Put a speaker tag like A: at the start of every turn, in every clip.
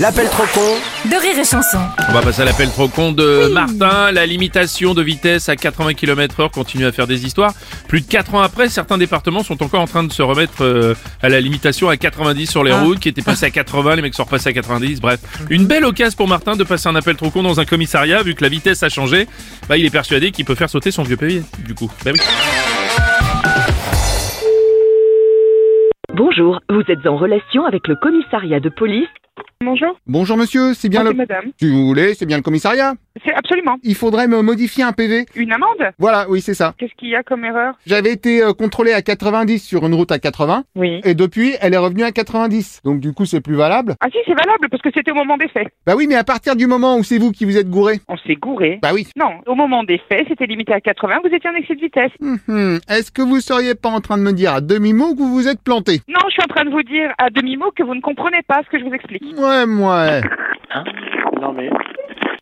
A: L'appel trop con
B: de rire et chanson.
C: On va passer à l'appel trop con de Martin. La limitation de vitesse à 80 km heure continue à faire des histoires. Plus de 4 ans après, certains départements sont encore en train de se remettre euh, à la limitation à 90 sur les routes qui étaient passées à 80, les mecs sont repassés à 90, bref. Une belle occasion pour Martin de passer un appel trop con dans un commissariat vu que la vitesse a changé. Bah, il est persuadé qu'il peut faire sauter son vieux papier, du coup. Bah oui.
D: Bonjour, vous êtes en relation avec le commissariat de police.
E: Bonjour,
F: Bonjour monsieur, c'est bien
E: Bonjour,
F: le...
E: madame.
F: Si vous voulez, c'est bien le commissariat.
E: C'est absolument
F: Il faudrait me modifier un PV.
E: une amende.
F: Voilà, oui, c'est ça.
E: Qu'est-ce qu'il y a comme erreur
F: J'avais été euh, contrôlé à 90 sur une route à 80,
E: Oui.
F: et depuis, elle est revenue à 90. Donc du coup, c'est plus valable.
E: Ah si, c'est valable parce que c'était au moment des faits.
F: Bah oui, mais à partir du moment où c'est vous qui vous êtes gouré.
E: On s'est gouré.
F: Bah oui.
E: Non, au moment des faits, c'était limité à 80, vous étiez en excès de vitesse.
F: Hum, hum. Est-ce que vous seriez pas en train de me dire à demi-mot que vous vous êtes planté
E: Non, je suis en train de vous dire à demi-mot que vous ne comprenez pas ce que je vous explique.
F: Ouais, moi.
G: Non mais...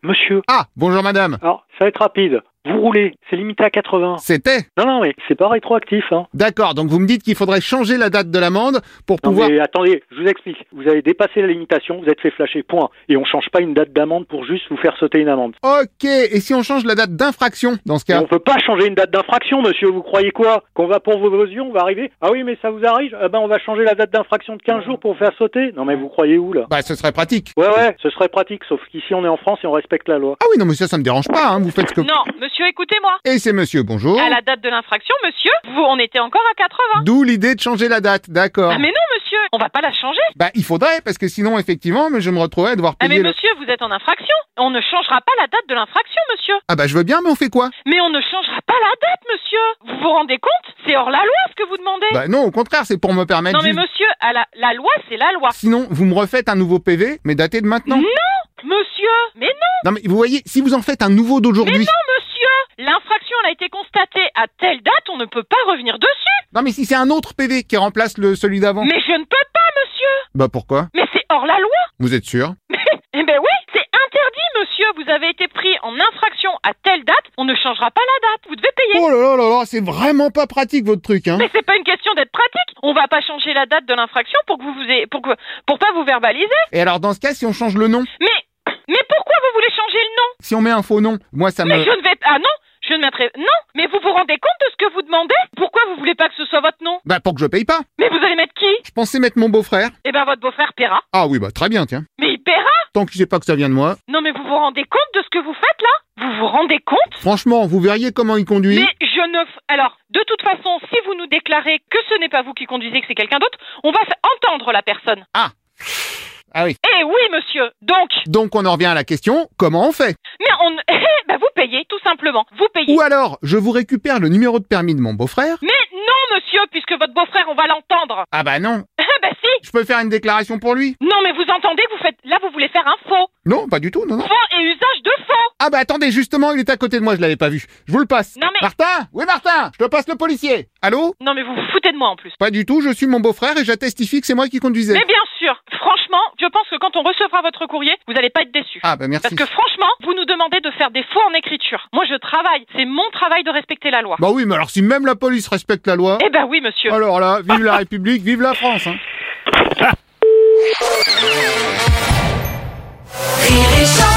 G: Monsieur,
F: Ah, bonjour madame.
G: alors ça va être rapide. Vous roulez, c'est limité à 80.
F: C'était
G: Non, non, mais c'est pas rétroactif. Hein.
F: D'accord, donc vous me dites qu'il faudrait changer la date de l'amende pour
G: Non
F: pouvoir...
G: mais attendez, je vous explique. Vous avez dépassé la limitation, vous êtes fait flasher, point. Et on change pas une date d'amende pour juste vous faire sauter une amende.
F: Ok, et si on change la date d'infraction dans ce
G: Et
F: cas
G: on peut pas changer une date d'infraction, monsieur, vous croyez quoi Qu'on va pour vos yeux, on va arriver Ah oui, mais ça vous arrive Eh ben on va changer la date d'infraction de 15 jours pour vous faire sauter Non mais vous croyez où, là
F: Bah ce serait pratique.
G: Ouais, ouais, ce serait pratique, sauf qu'ici on est en France et on respecte la loi.
F: Ah oui, non, mais ça, ça me dérange pas, hein. vous faites ce que...
H: Non, monsieur, écoutez-moi.
F: Et c'est monsieur, bonjour.
H: À la date de l'infraction, monsieur, vous, on était encore à 80.
F: D'où l'idée de changer la date, d'accord.
H: Ah, mais non, monsieur, on va pas la changer.
F: Bah, il faudrait, parce que sinon, effectivement, mais je me retrouverais à devoir
H: Ah, mais
F: payer le...
H: monsieur, vous êtes en infraction. On ne changera pas la date de l'infraction, monsieur.
F: Ah bah, je veux bien, mais on fait quoi
H: Mais on ne changera pas la date, monsieur. Vous vous rendez compte C'est hors la loi ce que vous demandez.
F: Bah non, au contraire, c'est pour me permettre...
H: non, mais
F: juste-
H: monsieur, à la, la loi, c'est la loi.
F: Sinon, vous me refaites un nouveau PV, mais daté de maintenant.
H: Non. Monsieur, mais
F: Non,
H: non,
F: mais vous voyez, si vous en faites un nouveau d'aujourd'hui...
H: monsieur, l'infraction elle a été constatée à telle date, on ne peut pas revenir dessus.
F: Non, mais si c'est un autre PV qui remplace le celui d'avant...
H: Mais je ne peux pas, monsieur.
F: Bah pourquoi
H: Mais c'est hors la loi.
F: Vous êtes sûr
H: Eh ben oui, c'est interdit, monsieur. Vous avez été pris en infraction à telle date. On ne changera pas la date. Vous devez payer.
F: Oh là là là là, c'est vraiment pas pratique, votre truc, hein
H: Mais c'est pas une question d'être pratique. On va pas changer la date de l'infraction pour que vous vous ayez- pour que- pour pas vous verbaliser.
F: Et alors, dans ce cas, si on change le nom
H: Mais mais pourquoi vous voulez changer le nom
F: Si on met un faux nom, moi, ça
H: Mais
F: me...
H: je ne vais ah non, je ne mettrai non. Mais vous vous rendez compte de ce que vous demandez Pourquoi vous voulez pas que ce soit votre nom
F: Bah, pour que je paye pas
H: Mais vous allez mettre qui
F: Je pensais mettre mon beau-frère.
H: Eh ben votre beau-frère paiera.
F: Ah oui, bah très bien, tiens.
H: Mais il paiera.
F: Tant qu'il sait pas que ça vient de moi.
H: Non mais vous vous rendez compte de ce que vous faites là Vous vous rendez compte
F: Franchement, vous verriez comment il conduit.
H: Mais je ne. f- Alors, de toute façon, si vous nous déclarez que ce n'est pas vous qui conduisez, que c'est quelqu'un d'autre, on va fa- entendre la personne.
F: Ah oui.
H: Eh oui, monsieur. Donc,
F: Donc on en revient à la question, comment on fait
H: mais on. Eh ben, vous payez, tout simplement. Vous payez.
F: Ou alors, je vous récupère le numéro de permis de mon beau-frère
H: Mais non, monsieur, puisque votre beau-frère, on va l'entendre.
F: Ah bah non,
H: Ah ben si.
F: je peux faire une déclaration pour lui
H: Non, mais vous entendez que vous faites. Là, vous voulez faire un faux.
F: Non, pas du tout, non, non.
H: Faux et usage de faux.
F: Ah bah attendez, justement, il était à côté de moi, je l'avais pas vu. Je vous le passe.
H: Non, mais-
F: Martin Oui, Martin Je te passe le policier Allô
H: Non, mais vous vous foutez de moi en plus.
F: Pas du tout, je suis mon beau-frère et j'attestifie que c'est moi qui conduisais.
H: Mais bien sûr, franchement, je pense que quand on recevra votre courrier, vous n'allez pas être déçu.
F: Ah bah merci.
H: Parce que franchement, vous nous demandez de faire des faux en écriture. Moi, je travaille. C'est mon travail de respecter la loi.
F: Bah oui, mais alors si même la police respecte la loi...
H: Eh ben oui, monsieur.
F: Alors là, vive la République, vive la France hein.
B: Rire et chanson.